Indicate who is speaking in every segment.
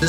Speaker 1: 时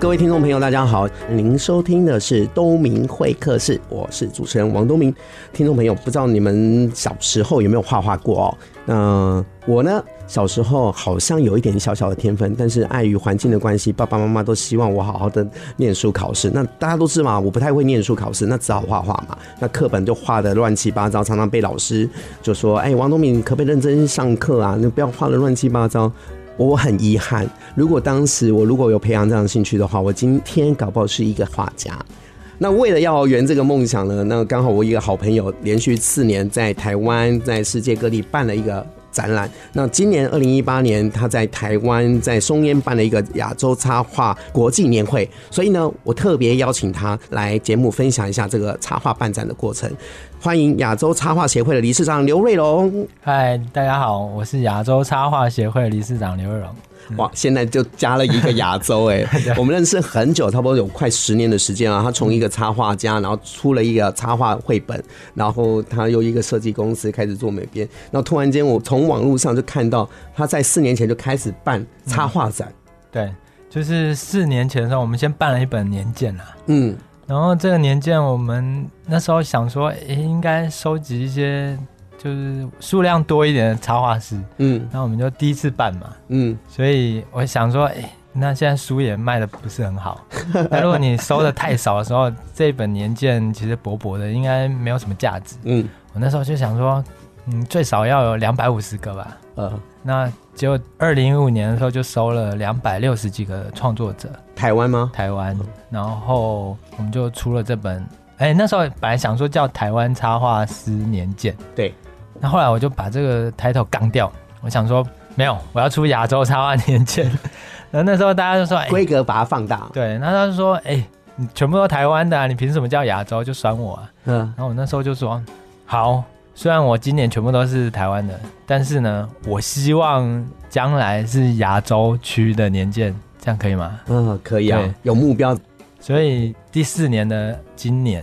Speaker 2: 各位听众朋友，大家好，您收听的是东明会客室，我是主持人王东明。听众朋友，不知道你们小时候有没有画画过哦？那、我呢，小时候好像有一点小小的天分，但是碍于环境的关系，爸爸妈妈都希望我好好的念书考试。那大家都知道嘛，我不太会念书考试，那只好画画嘛。那课本就画的乱七八糟，常常被老师就说：“哎、王东明，可不可以认真上课啊？你不要画的乱七八糟。”我很遗憾，如果当时我如果有培养这样的兴趣的话，我今天搞不好是一个画家。那为了要圆这个梦想呢，那刚好我一个好朋友连续四年在台湾、在世界各地办了一个展览。那今年二零一八年，他在台湾在松烟办了一个亚洲插画国际年会，所以呢，我特别邀请他来节目分享一下这个插画办展的过程。欢迎亚洲插画协会的理事长刘瑞龙。
Speaker 3: 嗨，大家好，我是亚洲插画协会理事长刘瑞荣。
Speaker 2: 哇，现在就加了一个亚洲 哎、我们认识很久，差不多有快十年的时间啊了。他从一个插画家，然后出了一个插画绘本，然后他又一个设计公司开始做美编，然后突然间我从网络上就看到他在四年前就开始办插画展，
Speaker 3: 对，就是四年前的时候，我们先办了一本年鉴啦。
Speaker 2: 嗯，
Speaker 3: 然后这个年鉴，我们那时候想说，诶、应该收集一些就是数量多一点的插画师。
Speaker 2: 嗯
Speaker 3: 那我们就第一次办嘛，
Speaker 2: 嗯，
Speaker 3: 所以我想说，诶、那现在书也卖的不是很好，那如果你收的太少的时候，这本年鉴其实薄薄的，应该没有什么价值。
Speaker 2: 嗯
Speaker 3: 我那时候就想说，嗯，最少要有两百五十个吧。
Speaker 2: 呃，
Speaker 3: 那结果二零一五年的时候就收了两百六十几个创作者，
Speaker 2: 台湾吗？
Speaker 3: 台湾，然后我们就出了这本。哎，那时候本来想说叫《台湾插画师年鉴》，
Speaker 2: 对，
Speaker 3: 那后来我就把这个 title 杠掉，我想说没有，我要出亚洲插画年鉴。 然后那时候大家就说，哎，
Speaker 2: 规格把它放大，
Speaker 3: 对，那他就说，哎，你全部都台湾的、啊，你凭什么叫亚洲？就酸我啊。
Speaker 2: 嗯、
Speaker 3: 然后我那时候就说，好，虽然我今年全部都是台湾的，但是呢，我希望将来是亚洲区的年鉴，这样可以吗？
Speaker 2: 嗯、可以啊
Speaker 3: 对，
Speaker 2: 有目标，
Speaker 3: 所以第四年的今年，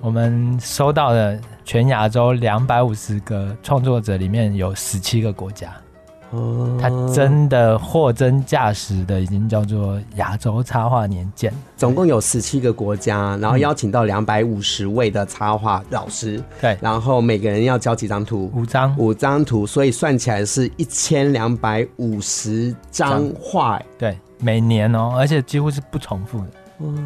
Speaker 3: 我们收到的全亚洲两百五十个创作者里面有十七个国家，
Speaker 2: 哦
Speaker 3: 它真的货真价实的已经叫做亚洲插画年鉴。
Speaker 2: 总共有十七个国家，然后邀请到两百五十位的插画老师，
Speaker 3: 对，
Speaker 2: 然后每个人要交几张图？
Speaker 3: 五张，
Speaker 2: 五张图，所以算起来是一千两百五十张画。
Speaker 3: 对，每年哦，而且几乎是不重复的。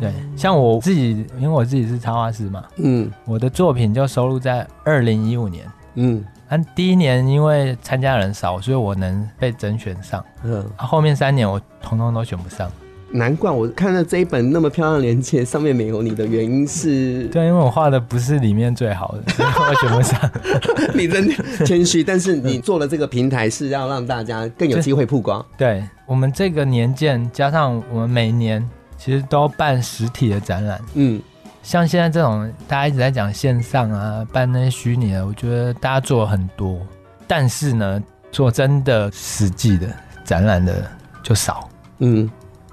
Speaker 3: 对，像我自己，因为我自己是插画师嘛，
Speaker 2: 嗯
Speaker 3: 我的作品就收录在二零一五年。
Speaker 2: 嗯
Speaker 3: 但第一年因为参加人少，所以我能被甄选上。
Speaker 2: 嗯，
Speaker 3: 啊、后面三年我统统都选不上。
Speaker 2: 难怪我看了这一本那么漂亮的链接，上面没有你的原因是
Speaker 3: 对，因为我画的不是里面最好的， 所以我选不上。
Speaker 2: 你真的谦虚，但是你做了这个平台是要让大家更有机会曝光。
Speaker 3: 对我们这个年鉴，加上我们每年其实都办实体的展览，
Speaker 2: 嗯
Speaker 3: 像现在这种大家一直在讲线上啊，办那些虚拟的，我觉得大家做了很多，但是呢，做真的实际的展览的就少。
Speaker 2: 嗯，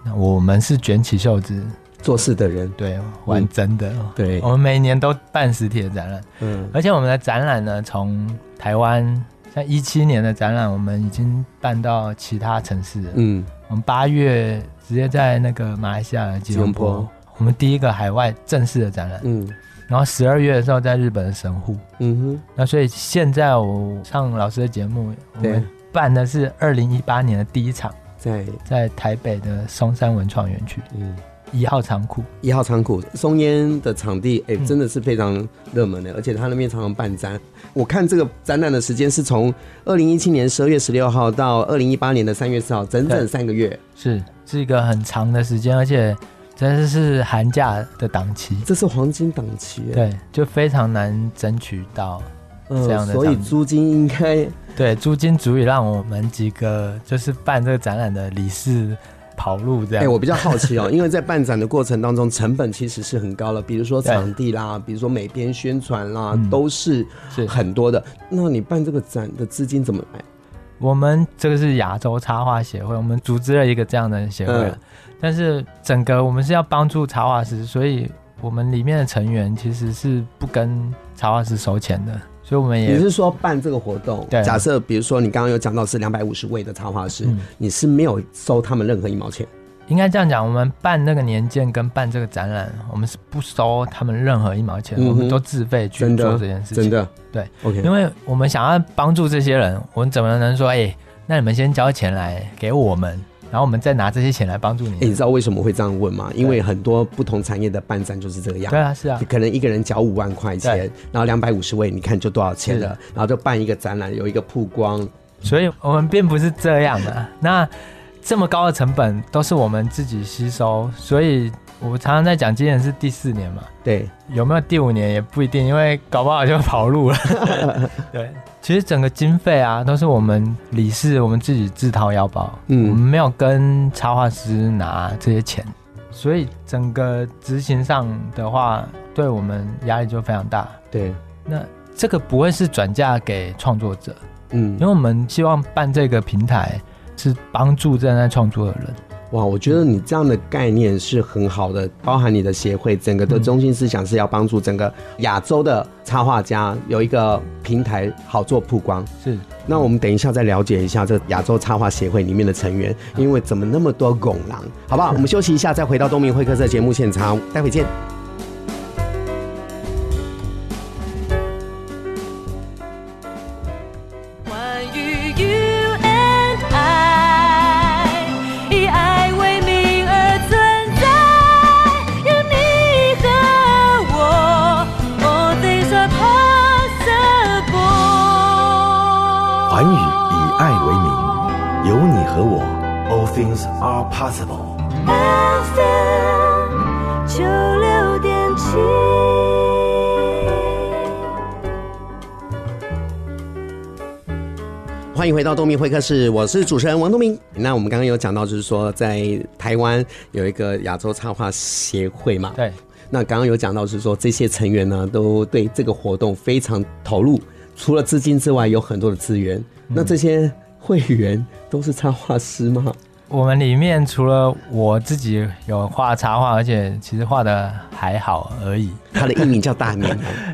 Speaker 3: 那我们是卷起袖子，
Speaker 2: 做事的人
Speaker 3: 对，玩真的。
Speaker 2: 对
Speaker 3: 我们每年都办实体的展览，
Speaker 2: 嗯
Speaker 3: 而且我们的展览呢，从台湾像一七年的展览，我们已经办到其他城市了。
Speaker 2: 嗯
Speaker 3: 我们八月直接在那个马来西亚的吉隆
Speaker 2: 吉
Speaker 3: 坡，
Speaker 2: 隆坡
Speaker 3: 我们第一个海外正式的展览。
Speaker 2: 嗯
Speaker 3: 然后十二月的时候在日本的神户。
Speaker 2: 嗯哼
Speaker 3: 那所以现在我上老师的节目，我
Speaker 2: 对
Speaker 3: 们办的是二零一八年的第一场，
Speaker 2: 在
Speaker 3: 在台北的松山文创园区
Speaker 2: 嗯。
Speaker 3: 一号仓库。
Speaker 2: 一号仓库松烟的场地，
Speaker 3: 嗯
Speaker 2: 哎、真的是非常热门的，而且他那边常常办展。我看这个展览的时间是从二零一七年十二月十六号到二零一八年的三月四号，整整
Speaker 3: 对
Speaker 2: 三个月，
Speaker 3: 是是一个很长的时间，而且真的是寒假的档期，
Speaker 2: 这是黄金档期，哎，
Speaker 3: 对，就非常难争取到。
Speaker 2: 嗯
Speaker 3: 这样的
Speaker 2: 所以
Speaker 3: 档期啊
Speaker 2: 租金应该
Speaker 3: 对，租金足以让我们几个就是办这个展览的理事跑路这
Speaker 2: 哎、
Speaker 3: 样。
Speaker 2: 我比较好奇 哦，因为在办展的过程当中，成本其实是很高的，比如说场地啦，比如说美编宣传啦，都是
Speaker 3: 嗯是
Speaker 2: 很多的。那你办这个展的资金怎么来？
Speaker 3: 我们这个是亚洲插画协会，我们组织了一个这样的协会，
Speaker 2: 嗯
Speaker 3: 但是整个我们是要帮助插画师，所以我们里面的成员其实是不跟插画师收钱的，所以我们
Speaker 2: 你
Speaker 3: 也
Speaker 2: 是说办这个活动？
Speaker 3: 对
Speaker 2: 假设比如说你刚刚有讲到是两百五十位的插画师，
Speaker 3: 嗯
Speaker 2: 你是没有收他们任何一毛钱。
Speaker 3: 应该这样讲，我们办那个年鉴跟办这个展览，我们是不收他们任何一毛钱，
Speaker 2: 嗯哼
Speaker 3: 我们都自费去
Speaker 2: 真的
Speaker 3: 做这件事情。
Speaker 2: 真的，
Speaker 3: 对
Speaker 2: ，OK，
Speaker 3: 因为我们想要帮助这些人，我们怎么能说，哎、那你们先交钱来给我们，然后我们再拿这些钱来帮助你？
Speaker 2: 欸你知道为什么会这样问吗？因为很多不同产业的办展就是这个样
Speaker 3: 对。啊，是啊
Speaker 2: 你，可能一个人缴五万块钱
Speaker 3: 对，
Speaker 2: 然后两百五十位，你看就多少钱了
Speaker 3: 是，
Speaker 2: 然后就办一个展览，有一个曝光，
Speaker 3: 所以我们并不是这样的、那这么高的成本都是我们自己吸收，所以我常常在讲，今年是第四年嘛，
Speaker 2: 对，
Speaker 3: 有没有第五年也不一定，因为搞不好就跑路了。对，其实整个经费啊，都是我们理事我们自己自掏腰包，
Speaker 2: 嗯
Speaker 3: 我们没有跟插画师拿这些钱，所以整个执行上的话，对我们压力就非常大。
Speaker 2: 对，
Speaker 3: 那这个不会是转嫁给创作者，
Speaker 2: 嗯
Speaker 3: 因为，我们希望办这个平台是帮助正在创作的人。
Speaker 2: 哇，我觉得你这样的概念是很好的，包含你的协会整个的
Speaker 3: 嗯
Speaker 2: 中心思想是要帮助整个亚洲的插画家有一个平台好做曝光。
Speaker 3: 是，
Speaker 2: 那我们等一下再了解一下这亚洲插画协会里面的成员，因为怎么那么多拱狼，好不好？我们休息一下，再回到东明会客室的节目现场，待会见。
Speaker 4: 关于 You and I，以爱为名而存在，有你和我，All things are possible。
Speaker 5: 环宇以爱为名，有你和我，All things are possible。
Speaker 4: FM 九六点七。
Speaker 2: 欢迎回到东明会客室，我是主持人王东明。那我们刚刚有讲到，就是说在台湾有一个亚洲插画协会嘛，
Speaker 3: 对，
Speaker 2: 那刚刚有讲到是说，这些成员呢都对这个活动非常投入，除了资金之外，有很多的资源。那这些会员都是插画师 吗？
Speaker 3: 我们里面除了我自己有画插画，而且其实画的还好而已。
Speaker 2: 他的艺名叫大明，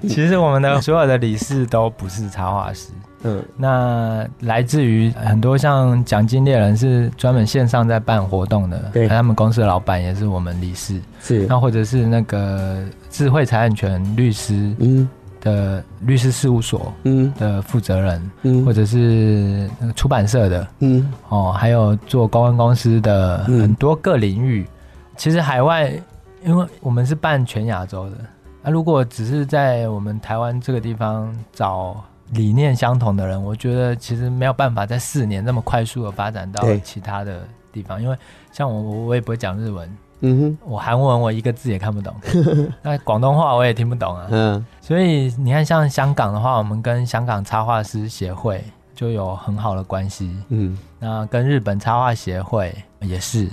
Speaker 3: 其实我们的所有的理事都不是插画师，
Speaker 2: 嗯，
Speaker 3: 那来自于很多像奖金猎人是专门线上在办活动的，
Speaker 2: 对
Speaker 3: 他们公司的老板也是我们理事，
Speaker 2: 是，
Speaker 3: 那或者是那个智慧财产权律师
Speaker 2: 嗯
Speaker 3: 的律师事务所
Speaker 2: 嗯
Speaker 3: 的负责人，
Speaker 2: 嗯
Speaker 3: 或者是那个出版社的
Speaker 2: 嗯，
Speaker 3: 哦，还有做公关公司的
Speaker 2: 嗯
Speaker 3: 很多个领域。其实海外，因为我们是办全亚洲的，那、如果只是在我们台湾这个地方找理念相同的人，我觉得其实没有办法在四年那么快速的发展到
Speaker 2: 对
Speaker 3: 其他的地方，因为像我，我我也不会讲日文，
Speaker 2: 嗯哼，
Speaker 3: 我韩文我一个字也看 不懂，那广东话我也听不懂啊。
Speaker 2: 嗯
Speaker 3: 所以你看，像香港的话，我们跟香港插画师协会就有很好的关系，
Speaker 2: 嗯，
Speaker 3: 那跟日本插画协会也是，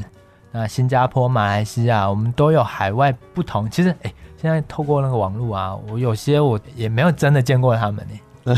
Speaker 3: 那新加坡、马来西亚，我们都有海外不同。其实，哎、现在透过那个网络啊，我有些我也没有真的见过他们呢、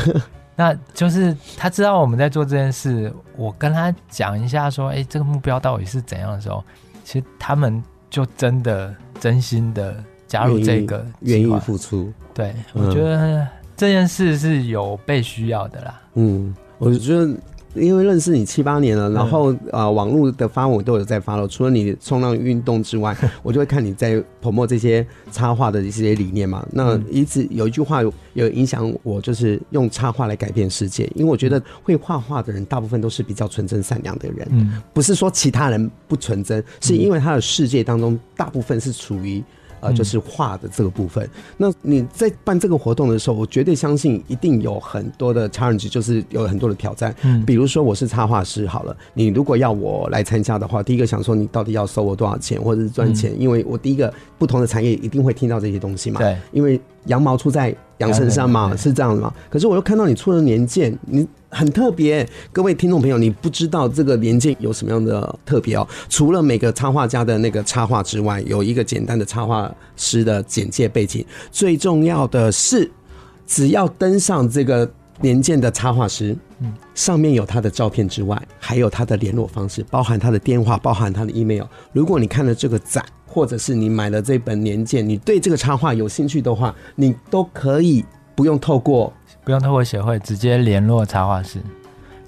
Speaker 3: 那就是他知道我们在做这件事，我跟他讲一下说，哎、这个目标到底是怎样的时候，其实他们就真的真心的加入这个
Speaker 2: 愿
Speaker 3: 计
Speaker 2: 意
Speaker 3: 划
Speaker 2: 付出，
Speaker 3: 对，
Speaker 2: 嗯
Speaker 3: 我觉得这件事是有被需要的啦。
Speaker 2: 嗯，我觉得。因为认识你七八年了，然后呃，网络的发文我都有在发了。除了你冲浪运动之外，我就会看你在 promote 这些插画的一些理念嘛。那一直有一句话有有影响我，就是用插画来改变世界。因为我觉得会画画的人，大部分都是比较纯真善良的人。
Speaker 3: 嗯，
Speaker 2: 不是说其他人不纯真，是因为他的世界当中大部分是处于。呃，
Speaker 3: 嗯
Speaker 2: 就是画的这个部分。那你在办这个活动的时候，我绝对相信一定有很多的 challenge，就是有很多的挑战。
Speaker 3: 嗯
Speaker 2: 比如说我是插画师，好了，你如果要我来参加的话，第一个想说你到底要收我多少钱，或者是赚钱，因为我第一个不同的产业一定会听到这些东西嘛。
Speaker 3: 嗯对，
Speaker 2: 因为羊毛出在羊身上嘛，
Speaker 3: 对
Speaker 2: 是这样的嘛。可是我又看到你出了年鉴，你很特别。各位听众朋友，你不知道这个年鉴有什么样的特别哦。除了每个插画家的那个插画之外，有一个简单的插画师的简介背景，最重要的是，只要登上这个年鉴的插画师，嗯，上面有他的照片之外，还有他的联络方式，包含他的电话，包含他的 email。如果你看了这个展，或者是你买了这本年鉴，你对这个插画有兴趣的话，你都可以不用透过
Speaker 3: 不用透过协会，直接联络插画师。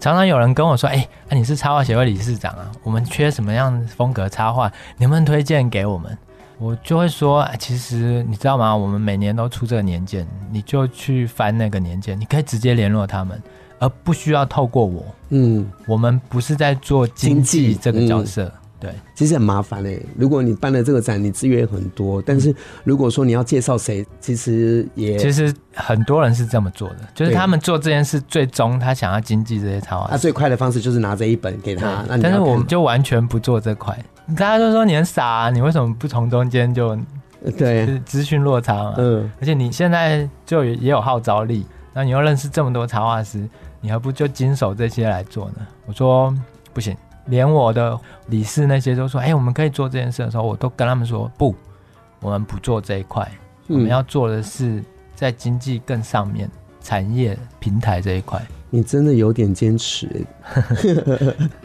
Speaker 3: 常常有人跟我说：“哎、啊你是插画协会理事长啊，我们缺什么样风格插画，你们推荐给我们。”我就会说、哎其实你知道吗？我们每年都出这个年鉴，你就去翻那个年鉴，你可以直接联络他们，而不需要透过我。
Speaker 2: 嗯。
Speaker 3: 我们不是在做
Speaker 2: 经
Speaker 3: 经济嗯
Speaker 2: 济
Speaker 3: 这个角色，对，
Speaker 2: 其实很麻烦哎、如果你办了这个展，你资源很多，但是如果说你要介绍谁，其实也
Speaker 3: 其实很多人是这么做的，就是
Speaker 2: 对
Speaker 3: 他们做这件事，最终他想要经济这些插画
Speaker 2: 啊，
Speaker 3: 师。
Speaker 2: 最快的方式就是拿着一本给他。那你
Speaker 3: 但是
Speaker 2: 要
Speaker 3: 我
Speaker 2: 看
Speaker 3: 们就完全不做这块，大家就说你很傻、啊，你为什么不从中间就
Speaker 2: 对，
Speaker 3: 是资讯落差嘛？
Speaker 2: 嗯，
Speaker 3: 而且你现在就也也有号召力，那你又认识这么多插画师，你何不就经手这些来做呢？我说不行，连我的理事那些都说，哎、我们可以做这件事的时候，我都跟他们说不，我们不做这一块，我
Speaker 2: 嗯
Speaker 3: 们要做的是在经济更上面产业平台这一块。
Speaker 2: 嗯你真的有点坚持欸，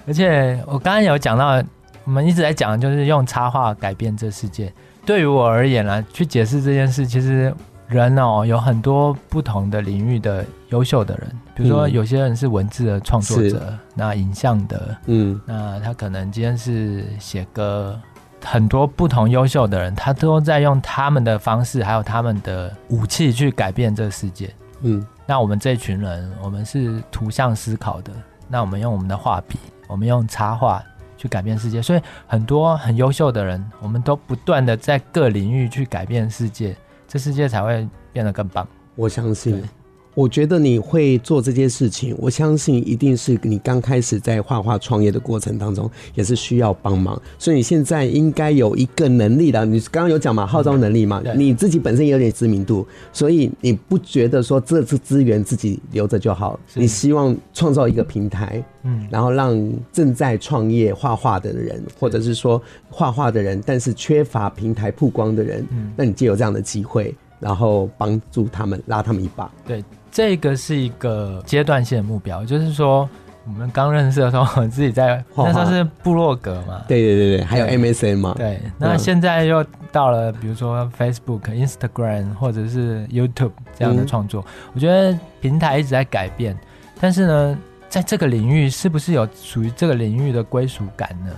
Speaker 3: 而且我刚刚有讲到，我们一直在讲，就是用插画改变这世界。对于我而言啦，去解释这件事，其实人哦有很多不同的领域的优秀的人，比如说
Speaker 2: 嗯
Speaker 3: 有些人是文字的创作
Speaker 2: 是
Speaker 3: 者，那影像的，
Speaker 2: 嗯
Speaker 3: 那他可能今天是写歌，很多不同优秀的人，他都在用他们的方式，还有他们的武器去改变这个世界。
Speaker 2: 嗯
Speaker 3: 那我们这群人，我们是图像思考的，那我们用我们的画笔，我们用插画去改变世界。所以很多很优秀的人，我们都不断的在各领域去改变世界，这世界才会变得更棒。
Speaker 2: 我相信
Speaker 3: 对，
Speaker 2: 我觉得你会做这件事情，我相信一定是你刚开始在画画创业的过程当中也是需要帮忙，所以你现在应该有一个能力了。你刚刚有讲嘛，号召能力嘛
Speaker 3: 对，
Speaker 2: 你自己本身也有点知名度，所以你不觉得说这次资源自己留着就好，
Speaker 3: 是
Speaker 2: 你希望创造一个平台，
Speaker 3: 嗯，
Speaker 2: 然后让正在创业画画的人，或者是说画画的人，但是缺乏平台曝光的人，
Speaker 3: 嗯
Speaker 2: 那你借有这样的机会，然后帮助他们，拉他们一把。
Speaker 3: 对，这个是一个阶段性的目标，就是说我们刚认识的时候，我自己在
Speaker 2: 画画
Speaker 3: 那时候是部落格嘛，
Speaker 2: 对对对对，还有
Speaker 3: 对
Speaker 2: MSN 嘛，
Speaker 3: 对，那
Speaker 2: 嗯
Speaker 3: 现在又到了，比如说 Facebook、Instagram 或者是 YouTube 这样的
Speaker 2: 嗯
Speaker 3: 创作，我觉得平台一直在改变，但是呢，在这个领域是不是有属于这个领域的归属感呢？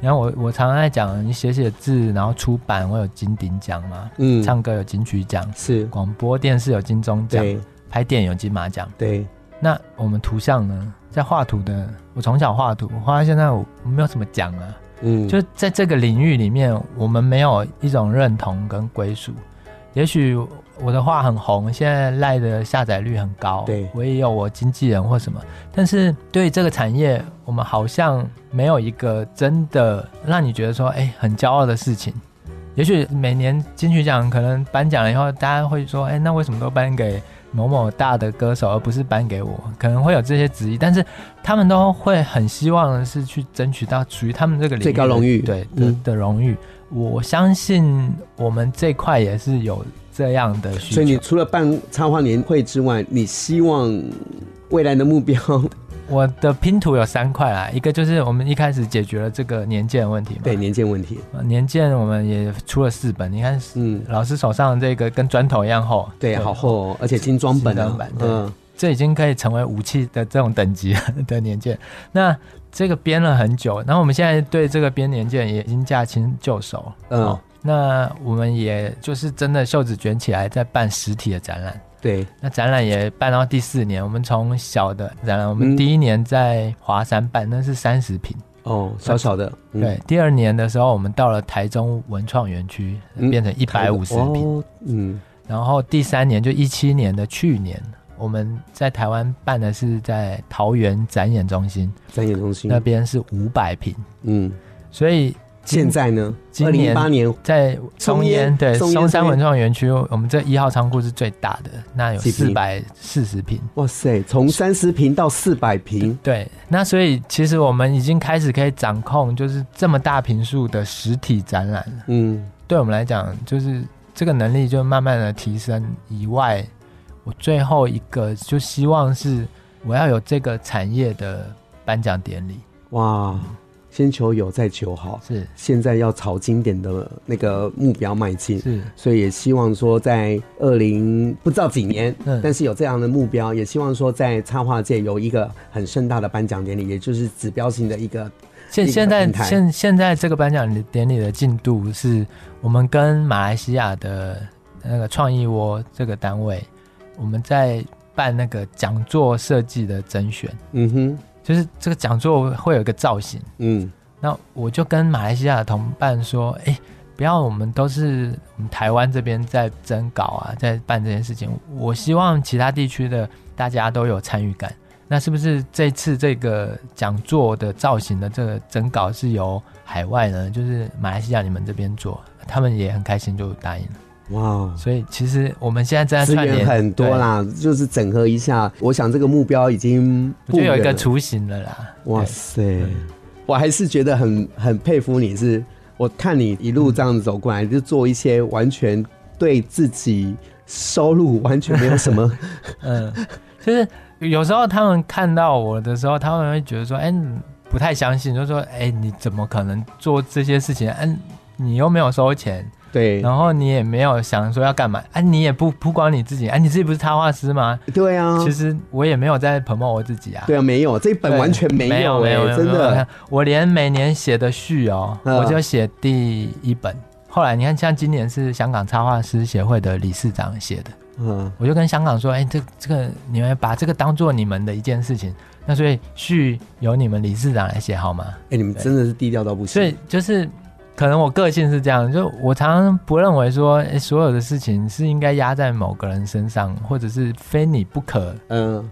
Speaker 3: 然后我我常常在讲，你写写字，然后出版会有金鼎奖嘛，
Speaker 2: 嗯，
Speaker 3: 唱歌有金曲奖，
Speaker 2: 是，
Speaker 3: 广播电视有金钟奖，
Speaker 2: 对
Speaker 3: 拍电影有金马奖。
Speaker 2: 对，
Speaker 3: 那我们图像呢，在画图的，我从小画图，画到现在我我没有什么奖啊。
Speaker 2: 嗯，
Speaker 3: 就在这个领域里面，我们没有一种认同跟归属。也许我的画很红，现在赖的下载率很高，
Speaker 2: 对
Speaker 3: 我也有我经纪人或什么，但是对于这个产业，我们好像没有一个真的让你觉得说，哎、很骄傲的事情。也许每年金曲奖可能颁奖了以后，大家会说，哎、那为什么都颁给某某大的歌手，而不是颁给我？可能会有这些质疑，但是他们都会很希望的是去争取到属于他们这个领域的
Speaker 2: 最高荣誉
Speaker 3: 对的
Speaker 2: 嗯
Speaker 3: 的荣誉。我相信我们这块也是有这样的需求。
Speaker 2: 所以你除了办插画年会之外，你希望未来的目 标，
Speaker 3: 我的拼图有三块啦，一个就是我们一开始解决了这个年鉴的问题嘛，
Speaker 2: 对年鉴问题，
Speaker 3: 呃，年鉴我们也出了四本，你看
Speaker 2: 嗯，
Speaker 3: 老师手上这个跟砖头一样厚，
Speaker 2: 对，好，厚、哦，而且精装本
Speaker 3: 精
Speaker 2: 啊
Speaker 3: 装版，对
Speaker 2: 嗯，
Speaker 3: 这已经可以成为武器的这种等级 的年鉴。那这个编了很久，然后我们现在对这个编年鉴也已经驾轻就熟，
Speaker 2: 嗯
Speaker 3: 哦那我们也就是真的袖子卷起来，在办实体的展览。
Speaker 2: 对，
Speaker 3: 那展览也办到第四年，我们从小的展览，我
Speaker 2: 嗯
Speaker 3: 们第一年在华山办，那是三十平。
Speaker 2: 哦，小小的，嗯
Speaker 3: 对，，第二年的时候，我们到了台中文创园区，
Speaker 2: 嗯
Speaker 3: 变成一百五十平。
Speaker 2: 哦，嗯，
Speaker 3: 然后第三年就一七年的去年，我们在台湾办的是在桃园展演中心，
Speaker 2: 展演中心
Speaker 3: 那边是五百平。
Speaker 2: 嗯，
Speaker 3: 所以
Speaker 2: 现在呢？二
Speaker 3: 今
Speaker 2: 零一
Speaker 3: 年
Speaker 2: 八年
Speaker 3: 在
Speaker 2: 松
Speaker 3: 松
Speaker 2: 烟
Speaker 3: 烟对
Speaker 2: 松烟
Speaker 3: 松
Speaker 2: 松
Speaker 3: 山
Speaker 2: 烟
Speaker 3: 文创园区，我们这一号仓库是最大的，那有
Speaker 2: 几
Speaker 3: 四
Speaker 2: 平
Speaker 3: 百四十平。
Speaker 2: 哇塞，从三十平到四百平，
Speaker 3: 对，那所以其实我们已经开始可以掌控，就是这么大平数的实体展览了。
Speaker 2: 嗯，
Speaker 3: 对我们来讲，就是这个能力就慢慢的提升以外，我最后一个就希望是我要有这个产业的颁奖典礼，
Speaker 2: 哇，先求有再求好，
Speaker 3: 是
Speaker 2: 现在要朝经典的那个目标迈进。
Speaker 3: 是
Speaker 2: 所以也希望说，在二零不知道几年，
Speaker 3: 嗯
Speaker 2: 但是有这样的目标，也希望说在插画界有一个很盛大的颁奖典礼，也就是指标性的一个
Speaker 3: 现
Speaker 2: 一个
Speaker 3: 现在
Speaker 2: 平台
Speaker 3: 现现在这个颁奖典礼的进度是，我们跟马来西亚的那个创意窝这个单位，我们在办那个讲座设计的甄选，
Speaker 2: 嗯哼，
Speaker 3: 就是这个讲座会有一个造型。
Speaker 2: 嗯
Speaker 3: 那我就跟马来西亚的同伴说，哎、不要我们都是我们台湾这边在征稿啊，在办这件事情。我希望其他地区的大家都有参与感。那是不是这次这个讲座的造型的这个征稿是由海外呢，就是马来西亚你们这边做？他们也很开心就答应了。
Speaker 2: 哇，
Speaker 3: 所以其实我们现在正在
Speaker 2: 资
Speaker 3: 串
Speaker 2: 源
Speaker 3: 联
Speaker 2: 很多，啦，就是整合一下。我想这个目标已经
Speaker 3: 对我
Speaker 2: 不
Speaker 3: 觉得有一
Speaker 2: 远
Speaker 3: 个
Speaker 2: 了
Speaker 3: 雏形了啦。
Speaker 2: 哇
Speaker 3: 对
Speaker 2: 塞，我还是觉得很很佩服你是，我看你一路这样子走过来，
Speaker 3: 嗯
Speaker 2: 就做一些完全对自己收入完全没有什 么
Speaker 3: 嗯，就是有时候他们看到我的时候，他们会觉得说：“哎、你不太相信，就说：‘哎、你怎么可能做这些事情？嗯、你又没有收钱，
Speaker 2: 对
Speaker 3: 然后你也没有想说要干嘛，哎、你也不不光你自己，哎、你自己不是插画师吗？
Speaker 2: 对啊
Speaker 3: 其，实我也没有在 promote 我自己啊。
Speaker 2: 对啊，没有这一本
Speaker 3: 对
Speaker 2: 完全没
Speaker 3: 没
Speaker 2: 有
Speaker 3: 没
Speaker 2: 哎、
Speaker 3: 有，没有
Speaker 2: 真，
Speaker 3: 没有没
Speaker 2: 的
Speaker 3: 有我连每年写的序哦，
Speaker 2: 嗯
Speaker 3: 我就写第一本。后来你看，像今年是香港插画师协会的理事长写的，
Speaker 2: 嗯
Speaker 3: 我就跟香港说，哎、这这个你们把这个当做你们的一件事情，那所以序由你们理事长来写好吗？
Speaker 2: 哎、你们真的是低调到不
Speaker 3: 所
Speaker 2: 行
Speaker 3: 以，就是可能我个性是这样，就我常常不认为说，哎、所有的事情是应该压在某个人身上，或者是非你不可。
Speaker 2: 嗯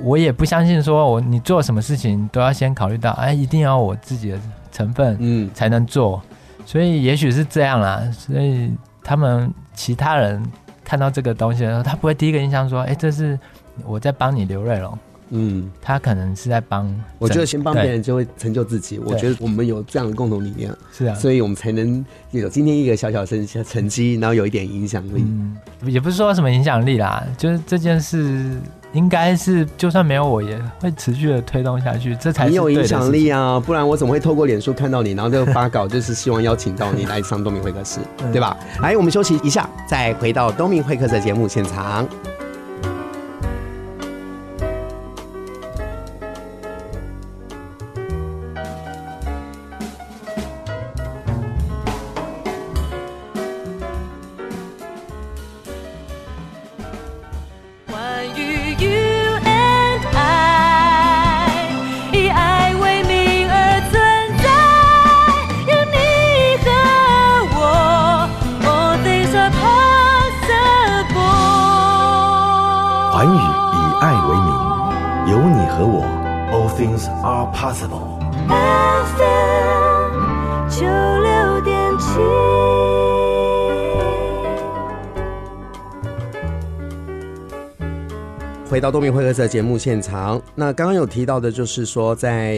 Speaker 3: 我也不相信说我你做什么事情都要先考虑到，哎、一定要我自己的成分
Speaker 2: 嗯，
Speaker 3: 才能做，所以也许是这样啦。所以他们其他人看到这个东西的时候，他不会第一个印象说：“哎、这是我在帮你刘瑞龙。
Speaker 2: 嗯，”
Speaker 3: 他可能是在帮整，
Speaker 2: 我觉得先帮别
Speaker 3: 对
Speaker 2: 人就会成就自己。我
Speaker 3: 对
Speaker 2: 觉得我们有这样的共同理念，
Speaker 3: 是啊，
Speaker 2: 所以我们才能有今天一个小小成成绩，然后有一点影响力。
Speaker 3: 嗯，也不是说什么影响力啦，就是这件事应该是就算没有我，也会持续的推动下去，这才是
Speaker 2: 你有
Speaker 3: 对的
Speaker 2: 影响力
Speaker 3: 事
Speaker 2: 啊，不然我怎么会透过脸书看到你，然后就发稿，就是希望邀请到你来上东明会 客室，
Speaker 3: 嗯
Speaker 2: 对吧？来，我们休息一下，再回到东明会客室的节目现场。
Speaker 4: 关于 you and I，以爱为名而存在，有你和我，All things are possible。
Speaker 5: 环宇以爱为名，有你和我，All things are possible。
Speaker 4: FM 九六点七。
Speaker 2: 回到东明会客室的节目现场，那刚刚有提到的，就是说在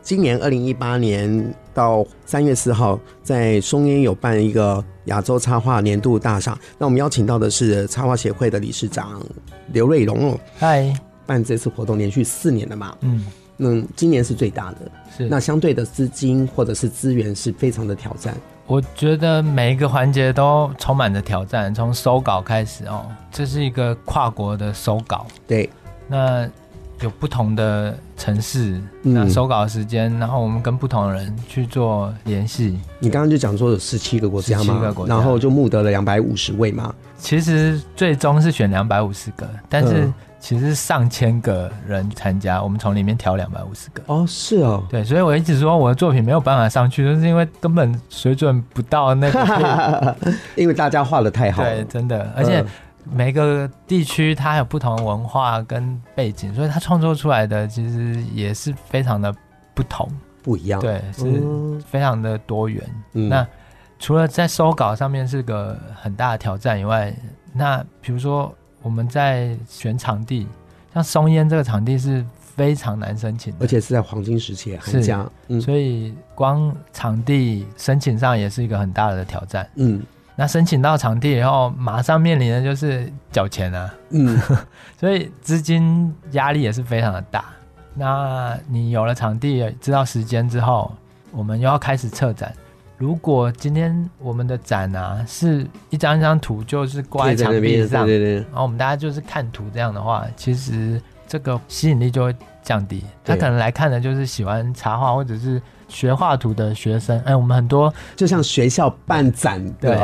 Speaker 2: 今年二零一八年到三月四号，在松烟有办一个亚洲插画年度大赏，那我们邀请到的是插画协会的理事长刘瑞龙哦，
Speaker 3: 情。嗨，
Speaker 2: 办这次活动连续四年了嘛，
Speaker 3: 嗯，
Speaker 2: 嗯，今年是最大的。
Speaker 3: 是。
Speaker 2: 那相对的资金或者是资源是非常的挑战。
Speaker 3: 我觉得每一个环节都充满着挑战，从收稿开始哦，这是一个跨国的收稿，
Speaker 2: 对，
Speaker 3: 那有不同的城市，
Speaker 2: 嗯
Speaker 3: 那收稿时间，然后我们跟不同的人去做联系。
Speaker 2: 你刚刚就讲说有十七个国家嘛，
Speaker 3: 17个国家
Speaker 2: 然后就募得了两百五十位嘛，
Speaker 3: 其实最终是选两百五十个，但是
Speaker 2: 嗯
Speaker 3: 其实上千个人参加，我们从里面挑两百五十个。
Speaker 2: 哦，是哦，
Speaker 3: 对，所以我一直说我的作品没有办法上去，就是因为根本水准不到 那个
Speaker 2: 因为大家画的太好
Speaker 3: 对，
Speaker 2: 了，
Speaker 3: 真的，而且
Speaker 2: 嗯
Speaker 3: 每个地区它有不同的文化跟背景，所以它创作出来的其实也是非常的不同。
Speaker 2: 不一样。
Speaker 3: 对，是
Speaker 2: 啊嗯
Speaker 3: 非常的多元。
Speaker 2: 嗯
Speaker 3: 那除了在收稿上面是个很大的挑战以外，那比如说我们在选场地，像松烟这个场地是非常难申请的，
Speaker 2: 而且是在黄金时期，寒
Speaker 3: 是
Speaker 2: 假，嗯
Speaker 3: 所以光场地申请上也是一个很大的挑战。
Speaker 2: 嗯
Speaker 3: 那申请到场地以后，马上面临的就是缴钱啊，
Speaker 2: 嗯，
Speaker 3: 所以资金压力也是非常的大。那你有了场地，知道时间之后，我们又要开始策展。如果今天我们的展啊是一张一张图，就是挂在
Speaker 2: 贴在
Speaker 3: 墙
Speaker 2: 那
Speaker 3: 壁
Speaker 2: 边，对
Speaker 3: 上，
Speaker 2: 对对，
Speaker 3: 然后我们大家就是看图这样的话，其实这个吸引力就会降低。他
Speaker 2: 对
Speaker 3: 可能来看的就是喜欢插画或者是学画图的学生。哎，我们很多
Speaker 2: 就像学校办展
Speaker 3: 对
Speaker 2: 的，，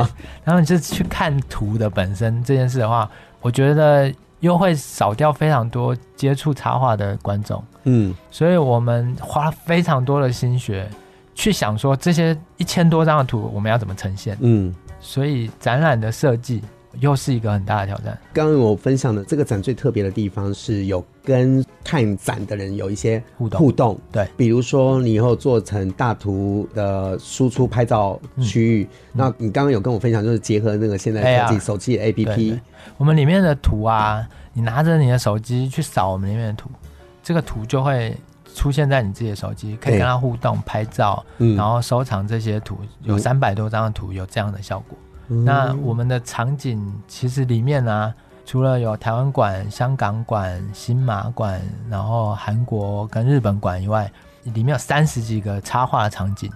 Speaker 3: 然后你是去看图的本身这件事的话，我觉得又会少掉非常多接触插画的观众，
Speaker 2: 嗯，
Speaker 3: 所以我们花了非常多的心血去想说这些一千多张的图我们要怎么呈现，
Speaker 2: 嗯，
Speaker 3: 所以展览的设计又是一个很大的挑战。
Speaker 2: 刚刚我分享的这个展最特别的地方是有跟看展的人有一些
Speaker 3: 互动
Speaker 2: 互动，
Speaker 3: 对，
Speaker 2: 比如说你以后做成大图的输出拍照区
Speaker 3: 嗯
Speaker 2: 域，那你刚刚有跟我分享，就是结合那个现在科技
Speaker 3: AR
Speaker 2: 手机的 APP，
Speaker 3: 哎对我们里面的图啊，你拿着你的手机去扫我们里面的图，这个图就会出现在你自己的手机，可以
Speaker 2: 对
Speaker 3: 跟它互动、拍照，
Speaker 2: 嗯
Speaker 3: 然后收藏这些图，有
Speaker 2: 嗯
Speaker 3: 三百多张的图，有这样的效果。
Speaker 2: 嗯
Speaker 3: 那我们的场景其实里面呢、啊除了有台湾馆、香港馆、新马馆，然后韩国跟日本馆以外，里面有三十几个插画的场景，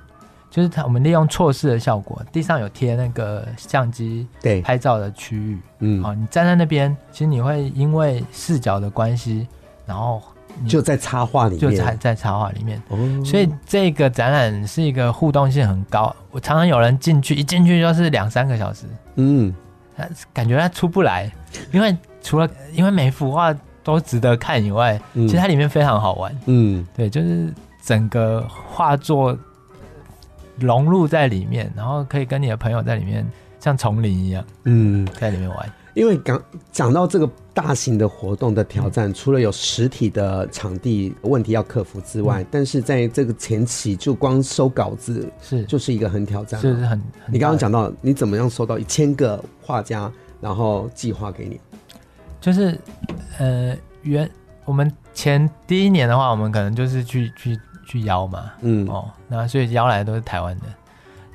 Speaker 3: 就是它我们利用错视的效果，地上有贴那个相机
Speaker 2: 对，
Speaker 3: 拍照的区域，哦
Speaker 2: 嗯，
Speaker 3: 好，你站在那边，其实你会因为视角的关系，然后你
Speaker 2: 就在插画里
Speaker 3: 嗯就在
Speaker 2: 面，
Speaker 3: 在插画里面。
Speaker 2: 哦，
Speaker 3: 所以这个展览是一个互动性很高，我常常有人进去，一进去就是两三个小时，
Speaker 2: 嗯，
Speaker 3: 他感觉他出不来，因为除了因为每幅画都值得看以外，
Speaker 2: 嗯
Speaker 3: 其实它里面非常好玩，
Speaker 2: 嗯，
Speaker 3: 对，就是整个画作融入在里面，然后可以跟你的朋友在里面像丛林一样
Speaker 2: 嗯，
Speaker 3: 在里面玩，
Speaker 2: 因为讲讲到这个大型的活动的挑
Speaker 3: 嗯
Speaker 2: 战，除了有实体的场地问题要克服之
Speaker 3: 嗯
Speaker 2: 外，但是在这个前期就光收稿子
Speaker 3: 是就
Speaker 2: 就是一个很挑战。
Speaker 3: 是很很
Speaker 2: 你刚刚
Speaker 3: 大的
Speaker 2: 讲到你怎么样收到一千个画家，然后计划给你，
Speaker 3: 就是呃原我们前第一年的话，我们可能就是去去去邀嘛，
Speaker 2: 嗯，
Speaker 3: 哦，那所以邀来的都是台湾的。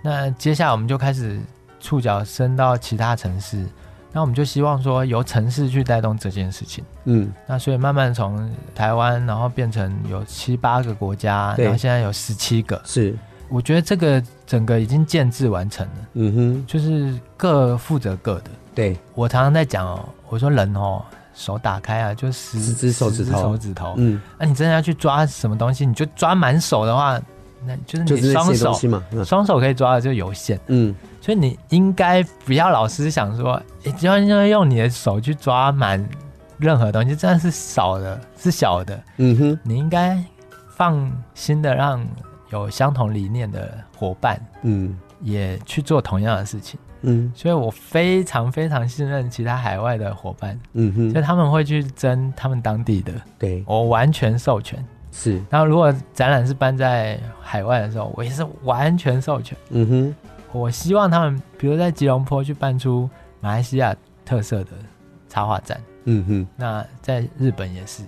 Speaker 3: 那接下来我们就开始触角伸到其他城市，那我们就希望说由城市去带动这件事情。
Speaker 2: 嗯，
Speaker 3: 那所以慢慢从台湾，然后变成有七八个国家，
Speaker 2: 对
Speaker 3: 然后现在有十七个。
Speaker 2: 是，
Speaker 3: 我觉得这个整个已经建制完成了，
Speaker 2: 嗯哼，
Speaker 3: 就是各负责各的。
Speaker 2: 对，
Speaker 3: 我常常在讲哦，我说人哦，手打开啊，就十
Speaker 2: 十只手指头
Speaker 3: 十手指头。
Speaker 2: 嗯，
Speaker 3: 那、你真的要去抓什么东西，你就抓满手的话，那就是
Speaker 2: 就
Speaker 3: 你
Speaker 2: 是那
Speaker 3: 双
Speaker 2: 些
Speaker 3: 手
Speaker 2: 东西嘛，嗯
Speaker 3: 双手可以抓的就有限，
Speaker 2: 嗯，
Speaker 3: 所以你应该不要老是想说，诶只要要用你的手去抓满任何东西，这样是少的，是小的。
Speaker 2: 嗯哼，
Speaker 3: 你应该放心的让有相同理念的伙伴
Speaker 2: 嗯
Speaker 3: 也去做同样的事情。
Speaker 2: 嗯
Speaker 3: 所以我非常非常信任其他海外的伙伴，
Speaker 2: 嗯
Speaker 3: 所
Speaker 2: 哼，
Speaker 3: 以他们会去争他们当地的，
Speaker 2: 对，
Speaker 3: 我完全授权。
Speaker 2: 是，
Speaker 3: 然后如果展览是办在海外的时候，我也是完全授权。
Speaker 2: 嗯哼，
Speaker 3: 我希望他们，比如在吉隆坡去办出马来西亚特色的插画展，
Speaker 2: 嗯哼，
Speaker 3: 那在日本也是。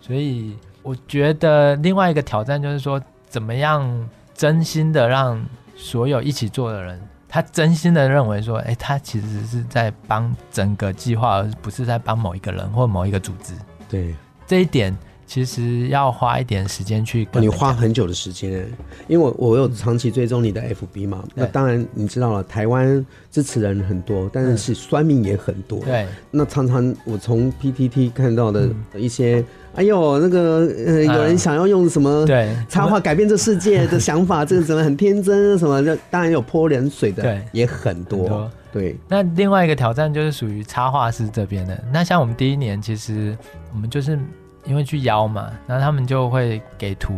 Speaker 3: 所以我觉得另外一个挑战就是说，怎么样真心的让所有一起做的人，他真心的认为说，哎，他其实是在帮整个计划，而不是在帮某一个人或某一个组织。
Speaker 2: 对。
Speaker 3: 这一点其实要花一点时间去
Speaker 2: 哦，
Speaker 3: 跟
Speaker 2: 你
Speaker 3: 人
Speaker 2: 花
Speaker 3: 讲
Speaker 2: 很久的时间欸，因为我我有长期追踪你的 FB 嘛，那
Speaker 3: 对
Speaker 2: 当然你知道了，台湾支持人很多，但
Speaker 3: 嗯
Speaker 2: 是酸民也很多。，
Speaker 3: 对
Speaker 2: 那常常我从 PTT 看到的
Speaker 3: 嗯
Speaker 2: 一些，哎呦，那个呃，
Speaker 3: 啊
Speaker 2: 有人想要用什么
Speaker 3: 对
Speaker 2: 插画改变这世界的想法，这个怎么很天真什么的，当然有泼冷水的
Speaker 3: 对，
Speaker 2: 也很多。
Speaker 3: 很多
Speaker 2: 对，
Speaker 3: 那另外一个挑战就是属于插画师这边的。那像我们第一年，其实我们就是因为去邀嘛，然后他们就会给图。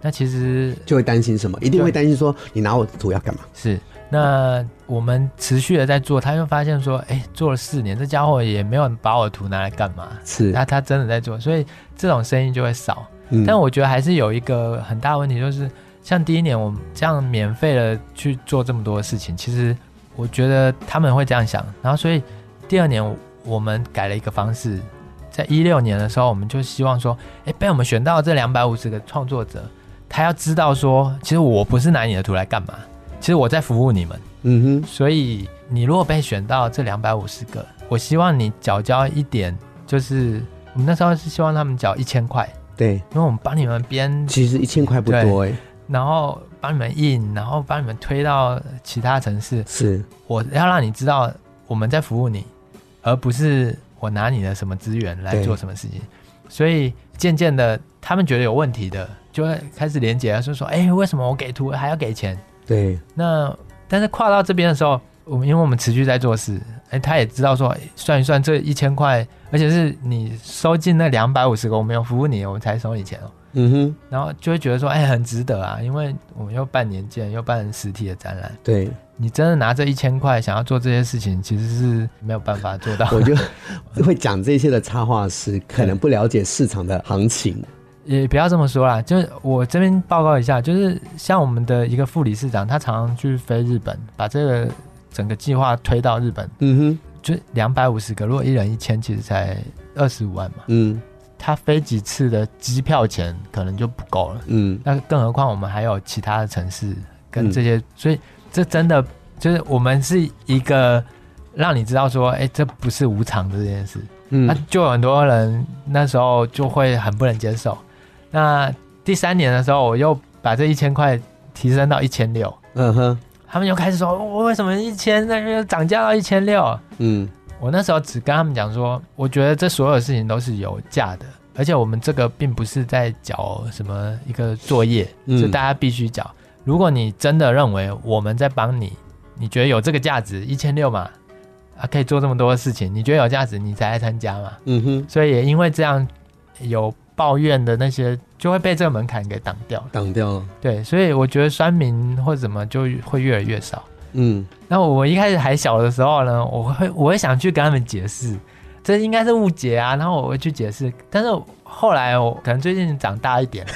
Speaker 3: 那其实
Speaker 2: 就会担心什么，一定会担心说你拿我的图要干嘛？
Speaker 3: 是那我们持续的在做，他就发现说，哎、做了四年，这家伙也没有把我的图拿来干嘛？
Speaker 2: 是
Speaker 3: 那他真的在做，所以这种声音就会少。
Speaker 2: 嗯
Speaker 3: 但我觉得还是有一个很大问题，就是像第一年我们这样免费的去做这么多事情，其实我觉得他们会这样想，然后所以第二年我们改了一个方式，在一六年的时候，我们就希望说，哎，被我们选到这两百五十个创作者，他要知道说，其实我不是拿你的图来干嘛，其实我在服务你们。
Speaker 2: 嗯
Speaker 3: 所以你如果被选到这两百五十个，我希望你缴交一点，就是我们那时候是希望他们缴一千块，
Speaker 2: 哼，对，
Speaker 3: 因为我们帮你们编，
Speaker 2: 其实一千块不多哎、
Speaker 3: 然后帮你们印，然后帮你们推到其他城市。
Speaker 2: 是
Speaker 3: 我要让你知道我们在服务你，而不是我拿你的什么资源来
Speaker 2: 对
Speaker 3: 做什么事情。所以渐渐的，他们觉得有问题的，就会开始连结，就说：“哎、为什么我给图还要给钱？”
Speaker 2: 对，
Speaker 3: 那但是跨到这边的时候，我们因为我们持续在做事，哎、他也知道说，哎算一算这一千块，而且是你收进那两百五十个，我们有服务你，我们才收你钱哦。
Speaker 2: 嗯哼，
Speaker 3: 然后就会觉得说，哎、很值得啊，因为我们又办年鉴，又办实体的展览，
Speaker 2: 对，
Speaker 3: 你真的拿这一千块想要做这些事情，其实是没有办法做到。
Speaker 2: 我觉得会讲这些的插画师可能不了解市场的行情，
Speaker 3: 也不要这么说啦，就是我这边报告一下，就是像我们的一个副理事长，他常常去飞日本，把这个整个计划推到日本，
Speaker 2: 嗯哼，
Speaker 3: 就两百五十个，如果一人一千，其实才二十五万嘛。
Speaker 2: 嗯
Speaker 3: 他飞几次的机票钱可能就不够了，
Speaker 2: 嗯，
Speaker 3: 那更何况我们还有其他的城市跟
Speaker 2: 嗯
Speaker 3: 这些，所以这真的就是我们是一个让你知道说，哎、这不是无偿这件事。
Speaker 2: 嗯
Speaker 3: 那、就有很多人那时候就会很不能接受。那第三年的时候，我又把这一千块提升到一千六，
Speaker 2: 嗯哼，
Speaker 3: 他们又开始说，我为什么一千那个涨价到一千六？
Speaker 2: 嗯
Speaker 3: 我那时候只跟他们讲说，我觉得这所有事情都是有价的，而且我们这个并不是在缴什么一个作业，
Speaker 2: 嗯
Speaker 3: 就大家必须缴。如果你真的认为我们在帮你，你觉得有这个价值，一千六嘛，啊，可以做这么多事情，你觉得有价值，你才来参加嘛。
Speaker 2: 嗯哼，
Speaker 3: 所以也因为这样，有抱怨的那些就会被这个门槛给挡掉了。
Speaker 2: 挡掉了，
Speaker 3: 对，所以我觉得酸民或怎么就会越来越少。
Speaker 2: 嗯
Speaker 3: 那我一开始还小的时候呢，我会我会想去跟他们解释，这应该是误解啊，然后我会去解释。但是后来我可能最近长大一点，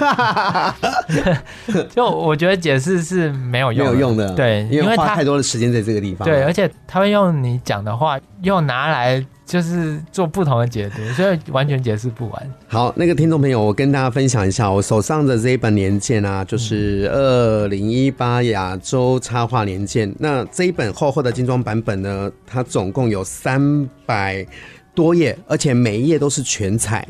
Speaker 3: 就我觉得解释是没有
Speaker 2: 没
Speaker 3: 用的，
Speaker 2: 有用的，
Speaker 3: 对
Speaker 2: 因
Speaker 3: 因
Speaker 2: 为
Speaker 3: 为
Speaker 2: 花
Speaker 3: 他
Speaker 2: 太多的时间在这个地方，
Speaker 3: 对，而且他会用你讲的话又拿来就是做不同的解读，所以完全解释不完。
Speaker 2: 好，那个听众朋友，我跟大家分享一下，我手上的这一本年鉴啊，就是二零一八亚洲插画年鉴。那这一本厚厚的精装版本呢，它总共有三百多页，而且每一页都是全彩。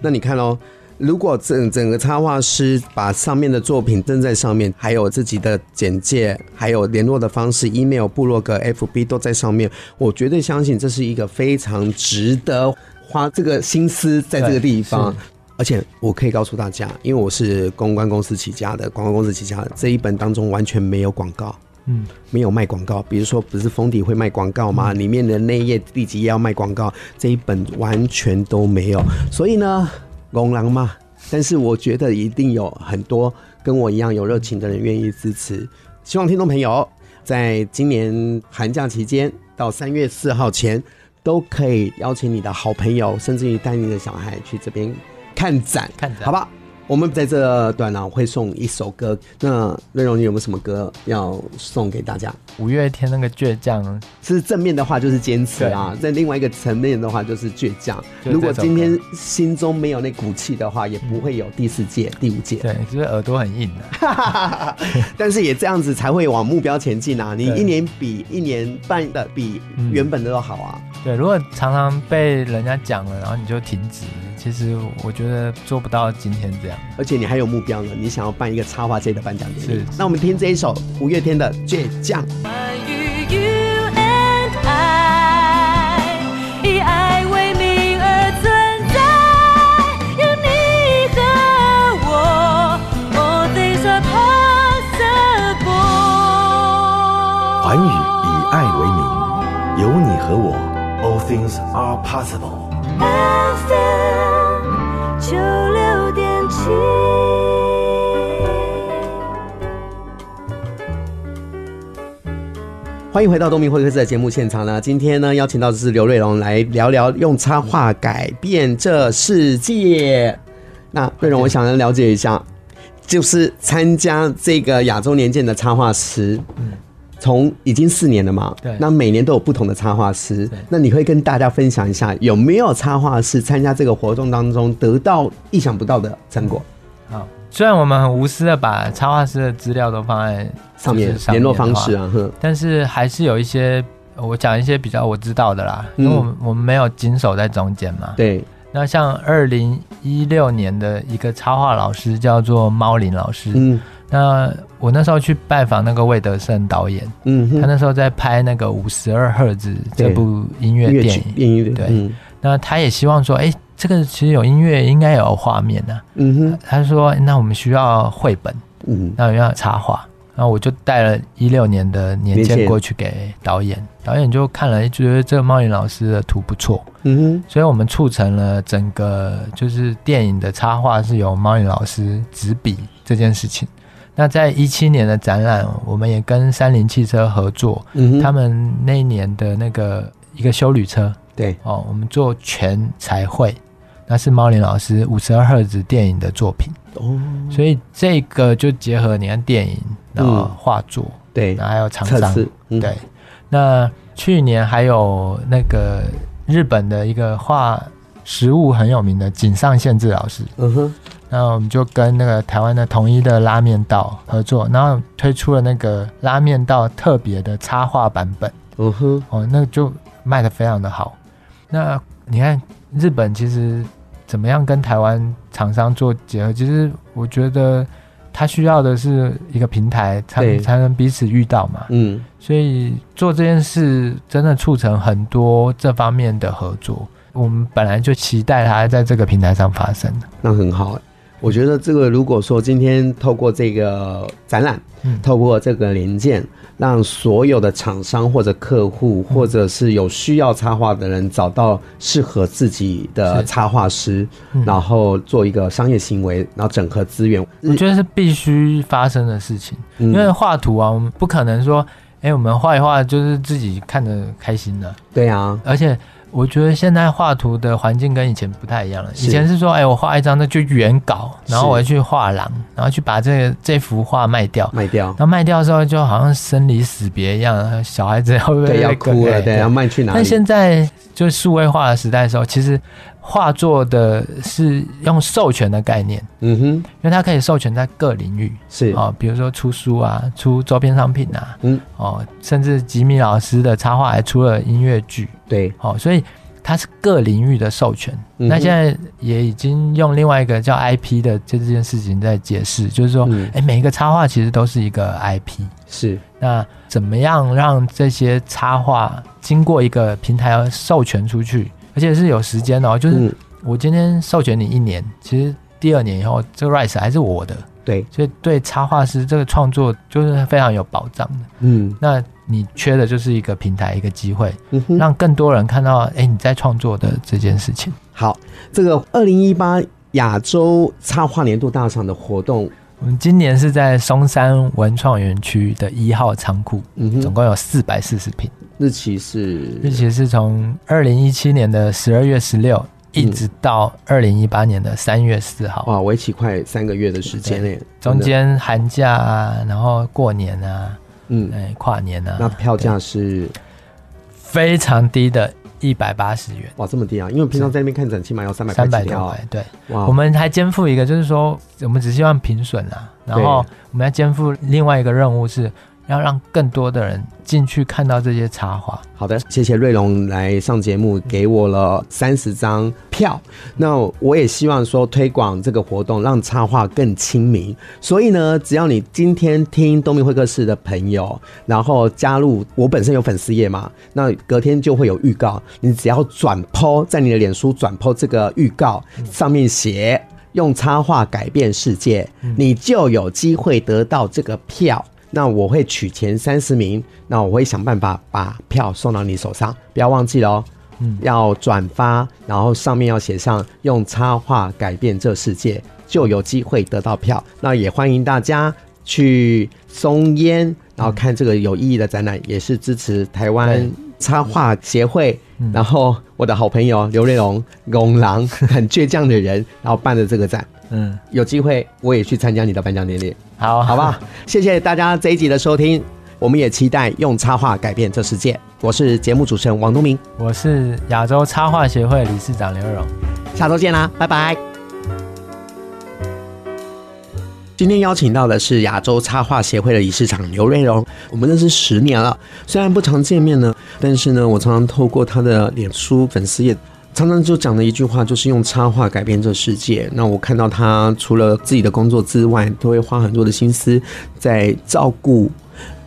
Speaker 2: 那你看哦，如果整整个插画师把上面的作品登在上面，还有自己的简介，还有联络的方式、email、部落格、FB 都在上面，我绝对相信这是一个非常值得花这个心思在这个地方
Speaker 3: 对。
Speaker 2: 而且我可以告诉大家，因为我是公关公司起家的，广告公司起家的，这一本当中完全没有广告。
Speaker 3: 嗯，
Speaker 2: 没有卖广告，比如说不是封底会卖广告吗？里面的内页第几页要卖广告，这一本完全都没有。所以呢，龙狼嘛，但是我觉得一定有很多跟我一样有热情的人愿意支持。希望听众朋友在今年寒假期间到三月四号前，都可以邀请你的好朋友，甚至于带你的小孩去这边看展，
Speaker 3: 看展
Speaker 2: 好吧？我们在这段呢、会送一首歌，那瑞荣你有没有什么歌要送给大家？
Speaker 3: 五月天那个倔强，
Speaker 2: 是正面的话就是坚持啊，在另外一个层面的话就是倔强。
Speaker 3: 就这首歌
Speaker 2: 如果今天心中没有那股气的话，也不会有第四届、第五届。
Speaker 3: 对，就是耳朵很硬啊。
Speaker 2: 但是也这样子才会往目标前进啊！你
Speaker 3: 对
Speaker 2: 一年比一年办的比
Speaker 3: 嗯
Speaker 2: 原本的都好啊。
Speaker 3: 对，如果常常被人家讲了，然后你就停止，其实我觉得做不到今天这样。
Speaker 2: 而且你还有目标呢，你想要办一个插画界的颁奖典礼
Speaker 3: 是。
Speaker 2: 那我们听这一首五月天的《倔强》。
Speaker 4: 关于 you and I，以爱为名而存在，有你和我，All things are possible。
Speaker 5: 环宇以爱为名，有你和我，All things are possible。
Speaker 4: FM 九六点七。
Speaker 2: 欢迎回到东明会客室的节目现场呢。今天呢，邀请到的是刘瑞龙来聊聊用插画改变这世界。那瑞荣，我想要了解一下，就是参加这个亚洲年鉴的插画师，从已经四年了嘛，
Speaker 3: 对
Speaker 2: 那每年都有不同的插画师
Speaker 3: 对，
Speaker 2: 那你会跟大家分享一下，有没有插画师参加这个活动当中得到意想不到的成果？
Speaker 3: 嗯好，虽然我们很无私的把插画师的资料都放在
Speaker 2: 上
Speaker 3: 就
Speaker 2: 面
Speaker 3: 是
Speaker 2: 联络方
Speaker 3: 的话
Speaker 2: 式啊，哼，
Speaker 3: 但是还是有一些呃我讲一些比较我知道的啦，因为
Speaker 2: 嗯
Speaker 3: 我们我们没有紧守在中间嘛。。
Speaker 2: 对，
Speaker 3: 那像二零一六年的一个插画老师叫做猫林老师，
Speaker 2: 嗯
Speaker 3: 那我那时候去拜访那个魏德胜导演，
Speaker 2: 嗯
Speaker 3: 他
Speaker 2: 哼，
Speaker 3: 那时候在拍那个《五十二赫兹》这
Speaker 2: 对
Speaker 3: 部音乐电
Speaker 2: 曲
Speaker 3: 影，
Speaker 2: 音乐
Speaker 3: 对
Speaker 2: 嗯
Speaker 3: 那他也希望说，哎、这个其实有音乐，应该也有画面呐、
Speaker 2: 嗯哼
Speaker 3: 他说，那我们需要绘本，
Speaker 2: 嗯，
Speaker 3: 那我要插画。然后我就带了一六年的年
Speaker 2: 年
Speaker 3: 鉴
Speaker 2: 鉴
Speaker 3: 过去给导演，导演就看了，觉得这个猫眼老师的图不错，
Speaker 2: 嗯哼，
Speaker 3: 所以我们促成了整个就是电影的插画是由猫眼老师执笔这件事情。那在一七年的展览，我们也跟三菱汽车合作，
Speaker 2: 嗯哼，
Speaker 3: 他们那一年的那个一个修旅车
Speaker 2: 对，
Speaker 3: 哦，我们做全彩绘，那是猫林老师五十二赫兹电影的作品，
Speaker 2: 哦，
Speaker 3: 所以这个就结合你看电影，然后
Speaker 2: 嗯
Speaker 3: 画作，
Speaker 2: 对，
Speaker 3: 然后还有厂
Speaker 2: 测
Speaker 3: 商，
Speaker 2: 试，嗯
Speaker 3: 对。那去年还有那个日本的一个画实物很有名的井上宪治老师，
Speaker 2: 嗯哼，
Speaker 3: 那我们就跟那个台湾的统一的拉面道合作，然后推出了那个拉面道特别的插画版本。
Speaker 2: 嗯哼，
Speaker 3: 哦，那就卖的非常的好。那你看日本其实怎么样跟台湾厂商做结合？其实我觉得它需要的是一个平台，才
Speaker 2: 对
Speaker 3: 才能彼此遇到嘛。
Speaker 2: 嗯
Speaker 3: 所以做这件事真的促成很多这方面的合作。我们本来就期待它在这个平台上发生的。
Speaker 2: 那很好、欸。我觉得这个如果说今天透过这个展览，
Speaker 3: 嗯
Speaker 2: 透过这个零件，让所有的厂商或者客户，
Speaker 3: 嗯
Speaker 2: 或者是有需要插画的人，找到适合自己的
Speaker 3: 是
Speaker 2: 插画师，
Speaker 3: 嗯
Speaker 2: 然后做一个商业行为，然后整合资源。
Speaker 3: 我觉得是必须发生的事情，
Speaker 2: 嗯
Speaker 3: 因为画图啊，我们不可能说，哎、我们画一画就是自己看着开心的、
Speaker 2: 对啊，
Speaker 3: 而且我觉得现在画图的环境跟以前不太一样了。
Speaker 2: 是
Speaker 3: 以前是说，哎、我画一张那就原稿，
Speaker 2: 是
Speaker 3: 然后我去画廊，然后去把这个这幅画卖掉。
Speaker 2: 卖掉
Speaker 3: 然，后卖掉之后，就好像生离死别一样，小孩子会不会
Speaker 2: 对，要哭了，对，要卖去哪
Speaker 3: 但
Speaker 2: 里？
Speaker 3: 现在就是数位化的时代的时候，其实画作的是用授权的概念，
Speaker 2: 嗯哼，
Speaker 3: 因为它可以授权在各领域
Speaker 2: 是，
Speaker 3: 哦，比如说出书啊，出周边商品啊，
Speaker 2: 嗯，
Speaker 3: 哦，甚至吉米老师的插画还出了音乐剧，
Speaker 2: 对，
Speaker 3: 哦，所以它是各领域的授权。
Speaker 2: 嗯哼
Speaker 3: 那现在也已经用另外一个叫 IP 的这件事情在解释，就是说，哎、
Speaker 2: 嗯
Speaker 3: 每一个插画其实都是一个 IP。
Speaker 2: 是，
Speaker 3: 那怎么样让这些插画经过一个平台授权出去，而且是有时间的哦？就是
Speaker 2: 嗯，
Speaker 3: 我今天授权你一年，其实第二年以后，这个 rights 还是我的，
Speaker 2: 对，
Speaker 3: 所以对插画师这个创作就是非常有保障的。
Speaker 2: 嗯
Speaker 3: 那你缺的就是一个平台，一个机会。
Speaker 2: 嗯哼。
Speaker 3: 让更多人看到，哎、你在创作的这件事情。
Speaker 2: 好，这个二零一八亚洲插画年度大赏的活动，
Speaker 3: 我们今年是在松山文创园区的一号仓库，
Speaker 2: 嗯
Speaker 3: 总
Speaker 2: 哼，嗯
Speaker 3: 共有四百四十平，
Speaker 2: 日期是
Speaker 3: 日期是从二零一七年的十二月十六
Speaker 2: 嗯
Speaker 3: 一直到二零一八年的三月四号，
Speaker 2: 哇，为期快三个月的时间嘞，
Speaker 3: 中
Speaker 2: 真的，
Speaker 3: 间寒假啊，然后过年啊，哎、
Speaker 2: 嗯，
Speaker 3: 跨年
Speaker 2: 那
Speaker 3: 啊，
Speaker 2: 票价是
Speaker 3: 非常低的。一百八十元，
Speaker 2: 哇这么低啊，因为平常在那边看展起码要三百
Speaker 3: 三
Speaker 2: 块
Speaker 3: 百
Speaker 2: 起
Speaker 3: 多
Speaker 2: 跳啊，
Speaker 3: 块，对，
Speaker 2: 哇，
Speaker 3: 我们还肩负一个，就是说，我们只希望评审啊，然后我们要肩负另外一个任务是，要让更多的人进去看到这些插画。
Speaker 2: 好的，谢谢瑞龙来上节目，给我了三十张票。那我也希望说推广这个活动，让插画更亲民。所以呢，只要你今天听东明会客室的朋友，然后加入我本身有粉丝页嘛，那隔天就会有预告。你只要转 PO 在你的脸书转 PO 这个预告，上面写用插画改变世界，你就有机会得到这个票。那我会取前三十名，那我会想办法把票送到你手上，不要忘记喽。嗯，要转发，然后上面要写上“用插画改变这世界”，就有机会得到票。那也欢迎大家去松烟，然后看这个有意义的展览，也是支持台湾
Speaker 3: 对嗯
Speaker 2: 插画协会。然后我的好朋友刘瑞龙，龙狼很倔强的人，然后办了这个展。
Speaker 3: 嗯，
Speaker 2: 有机会我也去参加你的颁奖典礼，
Speaker 3: 好，
Speaker 2: 好不好？谢谢大家这一集的收听，我们也期待用插画改变这世界。我是节目主持人王东明，
Speaker 3: 我是亚洲插画协会理事长刘荣。
Speaker 2: 下周见啦，拜拜。今天邀请到的是亚洲插画协会的理事长刘瑞荣，我们认识十年了，虽然不常见面呢，但是呢，我常常透过他的脸书粉丝页，常常就讲的一句话，就是用插画改变这世界。那我看到他除了自己的工作之外，都会花很多的心思在照顾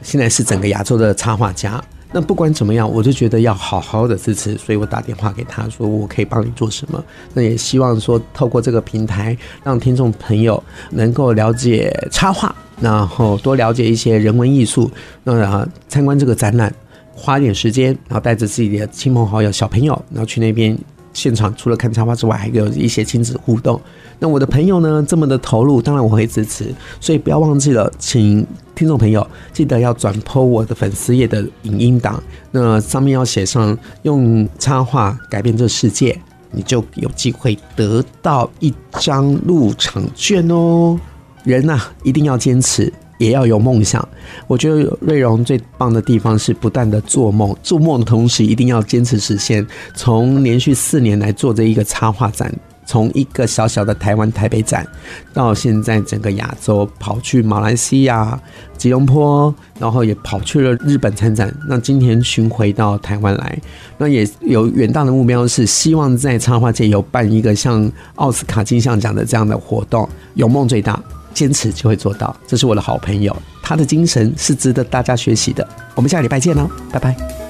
Speaker 2: 现在是整个亚洲的插画家。那不管怎么样，我就觉得要好好的支持，所以我打电话给他说，我可以帮你做什么。那也希望说，透过这个平台，让听众朋友能够了解插画，然后多了解一些人文艺术，那啊参观这个展览，花点时间，然后带着自己的亲朋好友、小朋友，然后去那边现场，除了看插画之外，还有一些亲子互动。那我的朋友呢，这么的投入，当然我会支持，所以不要忘记了，请听众朋友记得要转播我的粉丝页的影音档，那上面要写上用插画改变这世界，你就有机会得到一张入场券哦。人呐、一定要坚持，也要有梦想。我觉得瑞荣最棒的地方是不断的做梦，做梦的同时一定要坚持实现。从连续四年来做这一个插画展，从一个小小的台湾台北展，到现在整个亚洲跑去马来西亚、吉隆坡，然后也跑去了日本参展。那今天巡回到台湾来，那也有远大的目标是希望在插画界有办一个像奥斯卡金像奖的这样的活动。有梦最大，坚持就会做到。这是我的好朋友，他的精神是值得大家学习的。我们下礼拜见喽，拜拜。